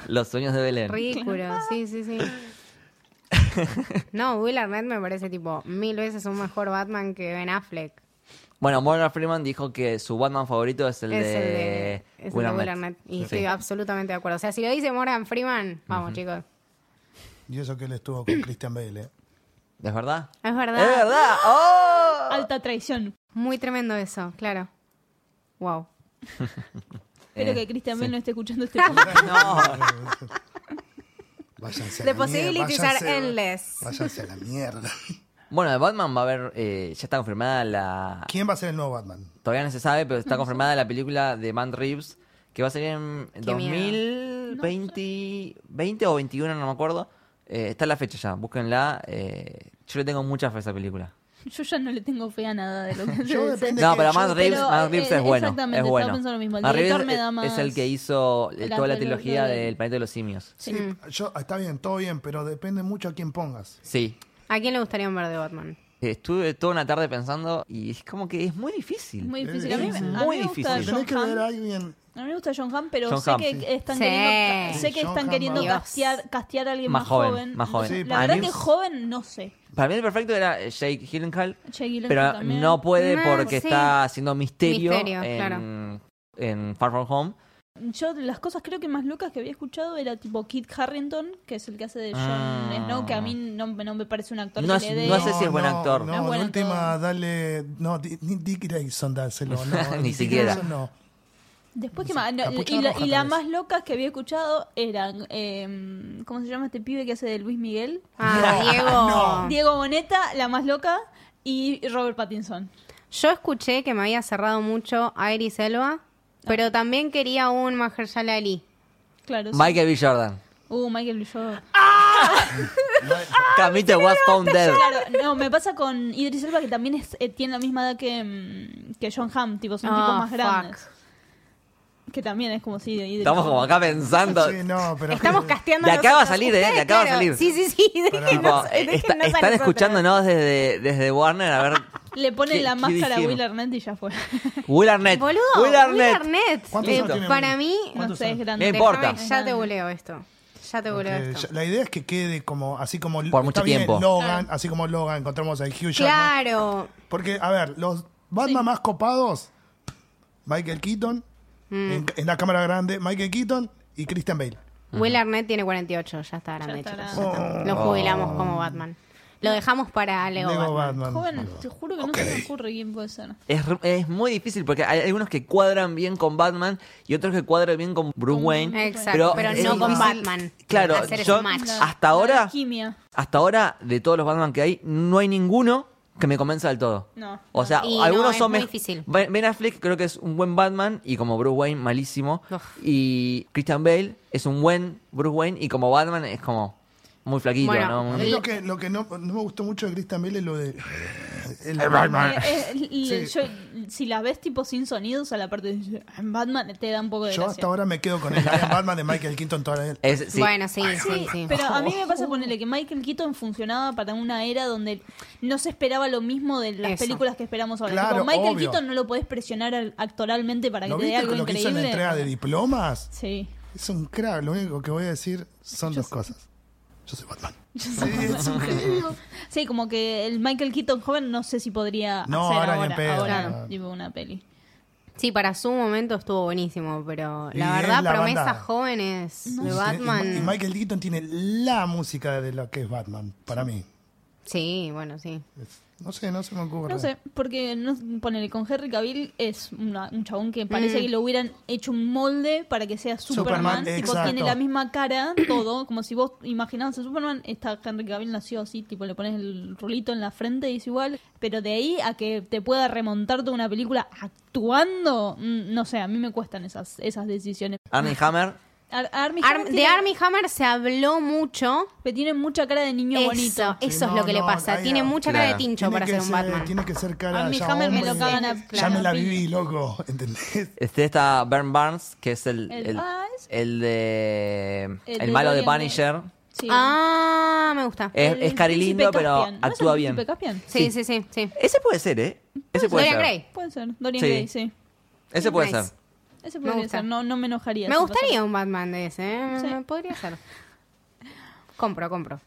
Speaker 1: Los sueños de Belén.
Speaker 2: Ridículo, sí, sí, sí. No, Will Arnett me parece tipo mil veces un mejor Batman que Ben Affleck.
Speaker 1: Bueno, Morgan Freeman dijo que su Batman favorito es el
Speaker 2: es el de,
Speaker 1: de,
Speaker 2: es el de
Speaker 1: Will Arnett.
Speaker 2: Y
Speaker 1: Sí.
Speaker 2: estoy absolutamente de acuerdo. O sea, si lo dice Morgan Freeman, vamos chicos.
Speaker 3: Y eso que él estuvo con Christian Bale, ¿eh?
Speaker 1: ¿Es verdad?
Speaker 2: Es verdad.
Speaker 1: ¡Es verdad! ¡Oh!
Speaker 4: Alta traición.
Speaker 2: Muy tremendo eso, claro. Wow.
Speaker 4: Espero
Speaker 1: Eh,
Speaker 4: que Cristian
Speaker 1: sí.
Speaker 4: Bell no esté escuchando este podcast.
Speaker 3: Váyanse a
Speaker 2: The
Speaker 3: la mierda.
Speaker 2: possibilities
Speaker 3: váyanse,
Speaker 2: are endless.
Speaker 3: Váyanse a la mierda.
Speaker 1: Bueno, de Batman va a haber. eh, ya está confirmada la.
Speaker 3: ¿Quién va a ser el nuevo Batman?
Speaker 1: Todavía no se sabe, pero está confirmada la película de Matt Reeves que va a salir en
Speaker 2: Qué
Speaker 1: 2020 20 o 21, no me acuerdo. Eh, está la fecha ya, búsquenla. eh, yo le tengo mucha fe a esa película.
Speaker 4: Yo ya no le tengo fe a nada de lo que
Speaker 3: Yo depende
Speaker 1: No,
Speaker 3: que
Speaker 1: pero
Speaker 3: yo-
Speaker 1: Matt Reeves,
Speaker 4: pero,
Speaker 1: Matt Reeves
Speaker 4: eh,
Speaker 1: es bueno.
Speaker 4: exactamente,
Speaker 1: Es
Speaker 4: estaba
Speaker 1: bueno.
Speaker 4: pensando lo mismo, el
Speaker 1: Matt Reeves
Speaker 4: director me da
Speaker 1: es- es
Speaker 4: más-
Speaker 1: el que hizo eh,
Speaker 4: la-
Speaker 1: toda la
Speaker 4: lo- lo
Speaker 1: trilogía
Speaker 4: de-
Speaker 1: del planeta de los simios.
Speaker 3: Sí, yo, está bien, todo bien, pero depende mucho a quién pongas.
Speaker 1: Sí.
Speaker 2: ¿A quién le gustaría ver de Batman?
Speaker 1: Estuve toda una tarde pensando y es como que es muy difícil.
Speaker 4: Muy difícil. A mí, me- a mí
Speaker 1: Muy
Speaker 4: me gusta
Speaker 1: difícil.
Speaker 4: John
Speaker 3: Tenés que ver
Speaker 4: Hamm.
Speaker 3: a alguien.
Speaker 4: A mí me gusta John Hamm, pero
Speaker 1: John
Speaker 4: sé
Speaker 1: Hamm,
Speaker 4: que
Speaker 1: sí.
Speaker 4: están
Speaker 2: Sí.
Speaker 4: queriendo,
Speaker 3: Sí,
Speaker 4: sé que
Speaker 3: John
Speaker 4: están
Speaker 3: Hamm,
Speaker 4: queriendo
Speaker 2: Dios.
Speaker 4: castear, castear a alguien
Speaker 1: Más
Speaker 4: más,
Speaker 1: joven,
Speaker 4: joven,
Speaker 1: más joven.
Speaker 3: Sí,
Speaker 4: la
Speaker 1: para
Speaker 4: verdad
Speaker 1: mí
Speaker 4: que
Speaker 1: es-
Speaker 4: joven no sé.
Speaker 1: Para mí el perfecto era eh, Jake Gyllenhaal.
Speaker 4: Jake Gyllenhaal
Speaker 1: pero
Speaker 4: también.
Speaker 1: no puede
Speaker 2: No,
Speaker 1: porque
Speaker 2: Ah, sí.
Speaker 1: está haciendo misterio,
Speaker 2: Misterio,
Speaker 1: en,
Speaker 2: claro.
Speaker 1: en Far From Home.
Speaker 4: Yo de las cosas creo que más locas que había escuchado era tipo Kit Harrington, que es el que hace de John
Speaker 1: Ah.
Speaker 4: Snow, que a mí no, no me parece un actor
Speaker 1: No
Speaker 4: que
Speaker 1: es-
Speaker 4: le dé...
Speaker 1: no sé si es buen actor.
Speaker 3: No,
Speaker 4: Es
Speaker 3: de
Speaker 4: buen
Speaker 3: última,
Speaker 4: actor.
Speaker 3: dale. No, di- ni Dick Grayson, dáselo. No,
Speaker 1: Ni
Speaker 3: Dick
Speaker 1: siquiera.
Speaker 3: Grayson no.
Speaker 4: Después
Speaker 3: Sí,
Speaker 4: que más, no,
Speaker 3: Capucha
Speaker 4: y, la-
Speaker 3: Roja
Speaker 4: y las
Speaker 3: tal vez.
Speaker 4: más locas que había escuchado eran, eh, ¿cómo se llama este pibe que hace de Luis Miguel?
Speaker 2: Ah, Diego.
Speaker 4: Diego Boneta, la más loca, y Robert Pattinson.
Speaker 2: Yo escuché que me había cerrado mucho Iris Elba, pero también quería un Mahershala Ali.
Speaker 4: Claro. sí.
Speaker 1: Michael B. Jordan.
Speaker 4: Uh, Michael B. Jordan.
Speaker 1: Ah, Camita was found dead.
Speaker 4: Claro, no, me pasa con Idris Elba que también es, eh, tiene la misma edad que, mm, que John Hamm, tipo, son tipos
Speaker 2: Ah,
Speaker 4: más
Speaker 2: fuck.
Speaker 4: grandes. Que también es como si Idris
Speaker 1: Estamos como acá pensando.
Speaker 3: Sí, no, pero.
Speaker 2: Estamos casteando.
Speaker 1: De acá va a
Speaker 2: nosotros.
Speaker 1: salir, ¿eh? De
Speaker 2: Ustedes,
Speaker 1: acá va a
Speaker 2: claro.
Speaker 1: salir.
Speaker 2: Sí, sí, sí.
Speaker 3: Pará.
Speaker 2: déjenos-
Speaker 1: Tipo,
Speaker 2: déjenos
Speaker 1: está-
Speaker 2: a
Speaker 1: están
Speaker 2: nosotros.
Speaker 1: escuchándonos desde, desde Warner. A ver,
Speaker 4: Le
Speaker 1: ¿Qué-
Speaker 4: ponen la
Speaker 1: qué
Speaker 4: máscara a
Speaker 1: dijimos?
Speaker 4: Will Arnett y ya fue.
Speaker 1: Will Arnett.
Speaker 2: Boludo,
Speaker 1: Will Arnett.
Speaker 3: ¿Cuántos
Speaker 2: Eh,
Speaker 3: años tiene
Speaker 2: para
Speaker 3: Will?
Speaker 2: mí,
Speaker 4: no sé, es grande.
Speaker 1: No importa.
Speaker 2: déjame- ya te voleo esto. Ya te voleo
Speaker 3: Porque
Speaker 2: esto.
Speaker 3: ya- la idea es que quede como así como
Speaker 1: Por mucho
Speaker 3: está bien,
Speaker 1: tiempo.
Speaker 3: Logan, así como Logan encontramos a Hugh Jackman.
Speaker 2: Claro.
Speaker 3: Porque a ver, los Batman más copados
Speaker 4: Mm.
Speaker 3: Michael Keaton en, en la cámara grande, Michael Keaton y Christian Bale.
Speaker 2: Will Arnett tiene 48, ya está grande,
Speaker 4: está
Speaker 2: chicos.
Speaker 4: grande.
Speaker 2: Ya está. Lo
Speaker 1: Oh.
Speaker 2: jubilamos como Batman. Lo dejamos para Lego,
Speaker 3: Lego
Speaker 2: Batman.
Speaker 3: Batman.
Speaker 4: Joven, te juro que no se me ocurre quién puede ser.
Speaker 1: Es, r- es muy difícil porque hay algunos que cuadran bien con Batman y otros que cuadran bien con Bruce Wayne.
Speaker 2: Exacto,
Speaker 1: Pero
Speaker 2: pero,
Speaker 1: es
Speaker 2: no con
Speaker 1: difícil.
Speaker 2: Batman.
Speaker 1: Claro,
Speaker 2: hacer
Speaker 1: yo-
Speaker 2: ese match.
Speaker 1: Ah. Hasta ahora-
Speaker 4: Quimia.
Speaker 1: Hasta ahora, de todos los Batman que hay, no hay ninguno que me convenza del todo.
Speaker 4: No.
Speaker 1: O sea,
Speaker 2: Y no,
Speaker 1: algunos
Speaker 2: es
Speaker 1: son
Speaker 2: muy
Speaker 1: mej-
Speaker 2: difícil.
Speaker 1: Ben Ben Affleck creo que es un buen Batman y como Bruce Wayne, malísimo.
Speaker 2: Uf.
Speaker 1: Y Christian Bale es un buen Bruce Wayne y como Batman es como muy flaquillo,
Speaker 2: Bueno,
Speaker 1: ¿no?
Speaker 3: A
Speaker 1: Muy-
Speaker 3: mí lo que, lo que no, no me gustó mucho de Christian Bale es lo de. el-
Speaker 4: Eh, eh, l-
Speaker 3: Ah. Sí.
Speaker 4: yo- si la ves tipo sin sonidos a la parte de en Batman te da un poco de
Speaker 3: Yo hasta
Speaker 4: gracia.
Speaker 3: ahora me quedo con el Iron Batman de Michael Keaton toda la-
Speaker 1: Es- sí.
Speaker 2: Bueno, sí,
Speaker 3: Ah,
Speaker 2: sí, sí.
Speaker 4: Pero a mí me
Speaker 1: Oh.
Speaker 4: pasa ponerle que Michael Keaton funcionaba para una era donde no se esperaba lo mismo de las
Speaker 2: Eso.
Speaker 4: películas que esperamos ahora.
Speaker 3: Claro,
Speaker 4: Tipo, Michael
Speaker 3: obvio.
Speaker 4: Keaton no lo podés presionar al- actoralmente para que
Speaker 3: ¿No
Speaker 4: te dé
Speaker 3: viste
Speaker 4: algo
Speaker 3: lo que hizo en la
Speaker 4: increíble.
Speaker 3: entrega de diplomas?
Speaker 4: Sí.
Speaker 3: Es un crack. Lo único que voy a decir son dos cosas. Yo soy Batman. Sí, es un genio.
Speaker 4: Sí, como que el Michael Keaton joven no sé si podría
Speaker 3: No,
Speaker 4: hacer
Speaker 3: ahora ni
Speaker 4: ahora,
Speaker 3: en pedo,
Speaker 4: ahora,
Speaker 3: no.
Speaker 4: tipo, una peli.
Speaker 2: Sí, para su momento estuvo buenísimo, pero
Speaker 3: Y
Speaker 2: la
Speaker 3: es
Speaker 2: verdad,
Speaker 3: la
Speaker 2: promesas
Speaker 3: banda.
Speaker 2: jóvenes
Speaker 3: Y
Speaker 2: de
Speaker 3: te-
Speaker 2: Batman.
Speaker 3: Y, Michael Keaton tiene la música de lo que es Batman, para mí.
Speaker 2: Sí, bueno, sí.
Speaker 3: Es- No sé, no se me ocurre.
Speaker 4: No sé, porque no, ponele con Henry Cavill es una- un chabón que parece que lo hubieran hecho un molde para que sea Superman.
Speaker 3: Mm. Superman,
Speaker 4: tipo,
Speaker 3: exacto.
Speaker 4: tiene la misma cara, todo. Como si vos imaginabas a Superman, está Henry Cavill nació así, tipo, le pones el rulito en la frente y es igual. Pero de ahí a que te pueda remontar toda una película actuando, mm, no sé, a mí me cuestan esas, esas decisiones.
Speaker 1: Armie Hammer,
Speaker 4: Ar- Armie
Speaker 2: Ar-
Speaker 4: Hammer
Speaker 2: de
Speaker 4: tiene-
Speaker 2: Army Hammer se habló mucho.
Speaker 4: que tiene mucha cara de niño
Speaker 2: eso,
Speaker 4: bonito.
Speaker 2: eso
Speaker 3: Sí,
Speaker 2: es
Speaker 3: no,
Speaker 2: lo que le
Speaker 3: no,
Speaker 2: pasa.
Speaker 3: ahí
Speaker 2: Tiene
Speaker 3: ya.
Speaker 2: mucha cara
Speaker 1: Claro.
Speaker 2: de tincho
Speaker 3: Tiene
Speaker 2: para
Speaker 3: que
Speaker 2: ser un Batman.
Speaker 3: Tiene que ser
Speaker 4: A
Speaker 2: Ah,
Speaker 3: cara
Speaker 4: mí
Speaker 3: ya
Speaker 4: Hammer me lo
Speaker 3: hombre.
Speaker 4: cagan
Speaker 3: Ya
Speaker 4: a-
Speaker 3: me
Speaker 4: claro,
Speaker 3: la
Speaker 4: a piña.
Speaker 3: viví, loco. ¿Entendés?
Speaker 1: este está Bern Barnes, que es el,
Speaker 4: El-
Speaker 1: el,
Speaker 4: ah, es-
Speaker 1: el de el,
Speaker 4: de
Speaker 1: malo de
Speaker 4: Dorian Gray.
Speaker 1: Punisher.
Speaker 4: Sí.
Speaker 2: Ah, me gusta.
Speaker 1: Es,
Speaker 4: El
Speaker 1: es cari
Speaker 4: Príncipe
Speaker 1: lindo, pero
Speaker 4: Caspian. ¿No es el
Speaker 1: actúa bien.
Speaker 4: Príncipe Caspian?
Speaker 2: sí, sí, sí, sí.
Speaker 1: Ese puede ser, ¿eh? Ese puede
Speaker 2: Dorian
Speaker 1: ser.
Speaker 2: Gray.
Speaker 4: Puede ser, Dorian
Speaker 1: Sí.
Speaker 4: Gray, sí.
Speaker 1: Ese puede
Speaker 2: Nice.
Speaker 1: ser.
Speaker 4: Ese
Speaker 2: Me
Speaker 4: podría
Speaker 2: gusta.
Speaker 4: ser, no, no me enojaría.
Speaker 2: Me
Speaker 4: si
Speaker 2: gustaría
Speaker 4: pasara.
Speaker 2: un Batman de ese, ¿eh?
Speaker 4: Sí.
Speaker 2: Podría ser. Compro, compro.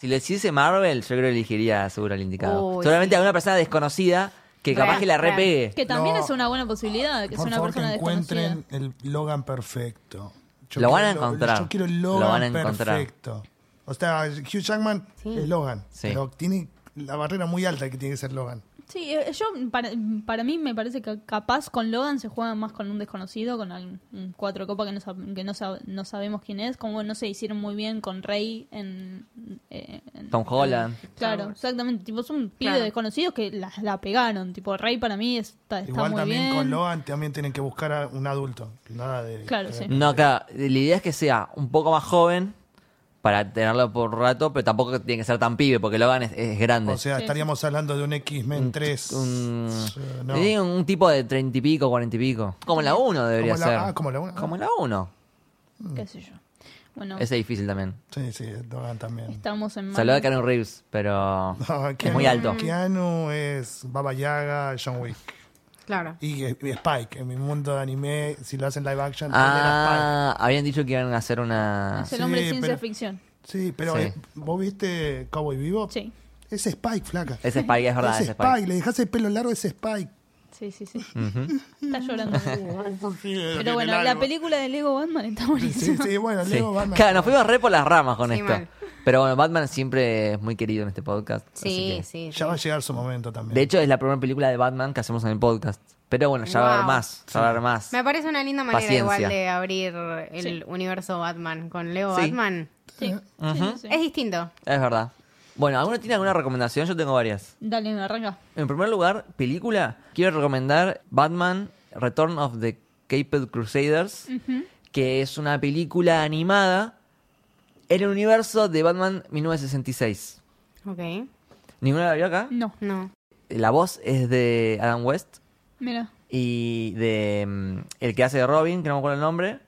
Speaker 1: Si le hiciese Marvel, yo creo que elegiría seguro el indicado.
Speaker 2: Uy,
Speaker 1: Solamente
Speaker 2: sí.
Speaker 1: a una persona desconocida que capaz
Speaker 2: Real,
Speaker 1: que la
Speaker 2: real.
Speaker 1: repegue.
Speaker 4: Que también
Speaker 3: No.
Speaker 4: es una buena posibilidad, que es
Speaker 3: Por
Speaker 4: una
Speaker 3: favor, que
Speaker 4: persona
Speaker 3: encuentren
Speaker 4: desconocida.
Speaker 3: el Logan perfecto. Yo
Speaker 1: Lo van a
Speaker 3: quiero
Speaker 1: encontrar.
Speaker 3: Yo quiero el
Speaker 1: Lo
Speaker 3: Logan
Speaker 1: van a encontrar.
Speaker 3: perfecto. O sea, Hugh Jackman
Speaker 2: Sí.
Speaker 3: es Logan.
Speaker 1: Sí.
Speaker 3: Pero tiene la barrera muy alta que tiene que ser Logan.
Speaker 4: Sí, eh, yo para, para mí me parece que capaz con Logan se juega más con un desconocido, con al- un cuatro copa que, no, sab- que no, sab- no sabemos quién es, como no se hicieron muy bien con Rey en... eh, en-
Speaker 1: Tom Holland.
Speaker 4: Claro, exactamente. Tipo, son pibes
Speaker 2: Claro.
Speaker 4: desconocidos que la, la pegaron. Tipo, Rey para mí está, está
Speaker 3: Igual
Speaker 4: muy
Speaker 3: también
Speaker 4: bien.
Speaker 3: con Logan también tienen que buscar a un adulto. Nada de.
Speaker 4: Claro, sí.
Speaker 1: No, claro. La idea es que sea un poco más joven para tenerlo por rato, pero tampoco tiene que ser tan pibe, porque Logan es, es grande.
Speaker 3: O sea, estaríamos hablando de un X-Men 3. Eh, no.
Speaker 1: Tiene un tipo de treinta y pico, cuarenta y pico. Como la 1 debería
Speaker 3: Como la-
Speaker 1: ser.
Speaker 3: ah, como la uno.
Speaker 1: Como la 1.
Speaker 3: Mm.
Speaker 4: Qué sé yo. Bueno,
Speaker 1: Ese es difícil también.
Speaker 3: Sí, sí, Logan también.
Speaker 4: estamos en...
Speaker 1: Salió de
Speaker 4: manos-
Speaker 1: Karen Reeves, pero
Speaker 3: No,
Speaker 1: es
Speaker 3: Keanu-
Speaker 1: muy alto.
Speaker 3: Keanu es Baba Yaga, John Wick.
Speaker 2: Claro.
Speaker 3: Y, eh, y Spike, en mi mundo de anime, si lo hacen live action, él era Spike.
Speaker 1: Ah, habían dicho que iban a hacer una...
Speaker 4: Es el
Speaker 3: Ah, Sí,
Speaker 4: hombre de ciencia
Speaker 3: pero-
Speaker 4: ficción.
Speaker 3: Sí, pero
Speaker 1: Sí.
Speaker 3: eh, ¿vos viste Cowboy Vivo?
Speaker 4: Sí.
Speaker 3: Es Spike, flaca.
Speaker 1: Es Spike, es verdad,
Speaker 3: Es
Speaker 1: es
Speaker 3: Spike.
Speaker 1: Spike.
Speaker 3: le dejás el pelo largo, es Spike.
Speaker 4: Sí, sí, sí. Está llorando. Pero bueno, la
Speaker 3: largo.
Speaker 4: película de Lego Batman está
Speaker 3: Sí,
Speaker 4: buenísima.
Speaker 3: sí, bueno,
Speaker 1: Sí.
Speaker 3: Lego Batman.
Speaker 1: Claro, nos fuimos re por las ramas con
Speaker 2: Sí,
Speaker 1: esto.
Speaker 2: mal.
Speaker 1: Pero bueno, Batman siempre es muy querido en este podcast. así
Speaker 2: Sí,
Speaker 1: que-
Speaker 2: sí. sí.
Speaker 3: Ya va a llegar su momento también.
Speaker 1: De hecho, es la primera película de Batman que hacemos en el podcast. Pero bueno, ya va a haber
Speaker 2: Wow.
Speaker 1: más. Ya va a haber más.
Speaker 2: Me parece una linda manera
Speaker 1: Paciencia.
Speaker 2: igual de abrir el universo Batman con Leo
Speaker 1: Sí.
Speaker 2: Batman.
Speaker 4: Sí. Sí, sí, sí.
Speaker 2: Es distinto.
Speaker 1: Es verdad. Bueno, ¿alguno tiene alguna recomendación? Yo tengo varias.
Speaker 4: Dale, arranca.
Speaker 1: En primer lugar, película, quiero recomendar Batman Return of the Caped Crusaders,
Speaker 2: Mm.
Speaker 1: que es una película animada en el universo de Batman 1966.
Speaker 2: Ok.
Speaker 1: ¿Ninguna la vio acá?
Speaker 2: Mm.
Speaker 4: No,
Speaker 2: No.
Speaker 1: La voz es de Adam West.
Speaker 4: mira.
Speaker 1: y de mm, el que hace de Robin, que no me acuerdo el nombre,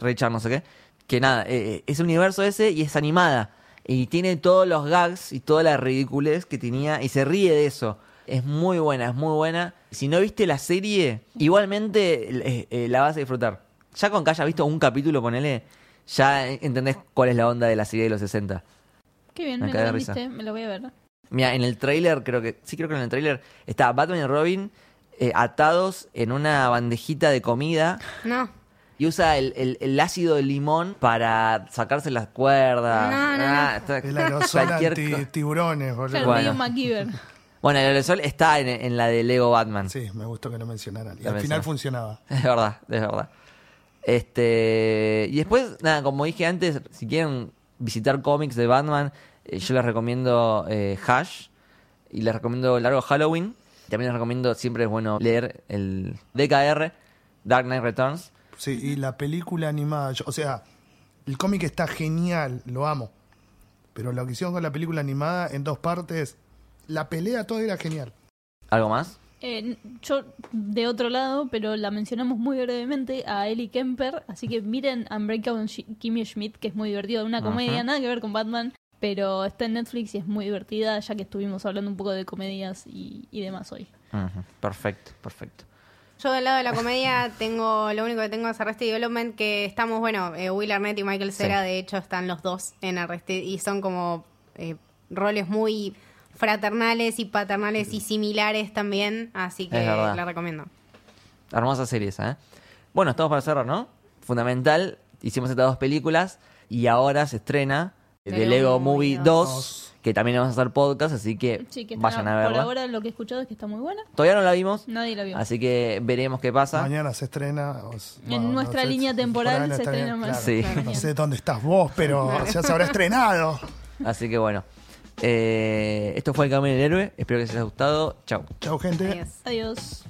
Speaker 1: Richard no sé qué, que nada, eh, eh, es un universo ese y es animada. Y tiene todos los gags y toda la ridiculez que tenía y se ríe de eso. Es muy buena, es muy buena. Si no viste la serie, igualmente eh, eh, la vas a disfrutar. Ya con que hayas visto un capítulo, ponele, ya eh, entendés cuál es la onda de la serie de los 60.
Speaker 4: Qué bien,
Speaker 1: Me
Speaker 4: me,
Speaker 1: cagué de
Speaker 4: lo vendiste, me lo voy a ver.
Speaker 1: Mira, en el tráiler, creo que, sí creo que en el tráiler, está Batman y Robin eh, atados en una bandejita de comida
Speaker 2: No.
Speaker 1: y usa el, el- el ácido de limón para sacarse las cuerdas.
Speaker 2: No, no, no.
Speaker 1: Ah, está-
Speaker 3: El aerosol
Speaker 1: cualquier
Speaker 3: anti
Speaker 1: co-
Speaker 3: tiburones, boludo.
Speaker 4: Claro,
Speaker 1: Bueno.
Speaker 4: medio MacGyver.
Speaker 1: Bueno, el aerosol está en, en la de Lego Batman.
Speaker 3: Sí, me gustó que lo mencionaran. Y
Speaker 1: La
Speaker 3: al final
Speaker 1: mencioné.
Speaker 3: funcionaba.
Speaker 1: Es verdad, es verdad. Este, y después, nada, como dije antes, si quieren visitar cómics de Batman, eh, yo les recomiendo eh, Hash y les recomiendo Largo Halloween. También les recomiendo, siempre es bueno leer el DKR, Dark Knight Returns.
Speaker 3: Sí, y la película animada, yo- o sea, el cómic está genial, lo amo. Pero lo que hicieron con la película animada en dos partes, la pelea todo era genial.
Speaker 1: ¿Algo más?
Speaker 4: Eh, n- yo, de otro lado, pero la mencionamos muy brevemente, a Ellie Kemper. Así que miren Unbreakable Sh- Kimmy Schmidt, que es muy divertido. Una comedia,
Speaker 1: Ajá.
Speaker 4: nada que ver con Batman, pero está en Netflix y es muy divertida, ya que estuvimos hablando un poco de comedias y, y demás hoy.
Speaker 1: Ujú, Perfecto, perfecto.
Speaker 2: Yo del lado de la comedia tengo, lo único que tengo es Arrested Development, que estamos, bueno, eh, Will Arnett y Michael Cera,
Speaker 1: Sí.
Speaker 2: de hecho, están los dos en Arrested y son como eh, roles muy fraternales y paternales y similares también, así que
Speaker 1: Es verdad.
Speaker 2: la recomiendo.
Speaker 1: Hermosa serie esa, ¿eh? Bueno, estamos para cerrar, ¿no? Fundamental, hicimos estas dos películas y ahora se estrena
Speaker 2: The
Speaker 1: The
Speaker 2: Lego
Speaker 1: Lego Movie
Speaker 2: Movie
Speaker 1: 2, que también vamos a hacer podcast, así que,
Speaker 4: Sí, que está-
Speaker 1: Eh, vayan a
Speaker 4: por
Speaker 1: verla.
Speaker 4: ahora lo que he escuchado es que está muy buena.
Speaker 1: Todavía no la vimos,
Speaker 4: Nadie la vio.
Speaker 1: así que veremos qué pasa.
Speaker 3: Mañana se estrena. o s-
Speaker 4: En nuestra línea temporal se
Speaker 3: está bien,
Speaker 4: estrena
Speaker 3: claro.
Speaker 1: Sí.
Speaker 3: No sé dónde estás vos, pero ya se habrá estrenado.
Speaker 1: Así que bueno, eh, esto fue El Camino del Héroe, espero que les haya gustado. Chau.
Speaker 3: Chau, gente.
Speaker 2: Adiós.
Speaker 4: Adiós.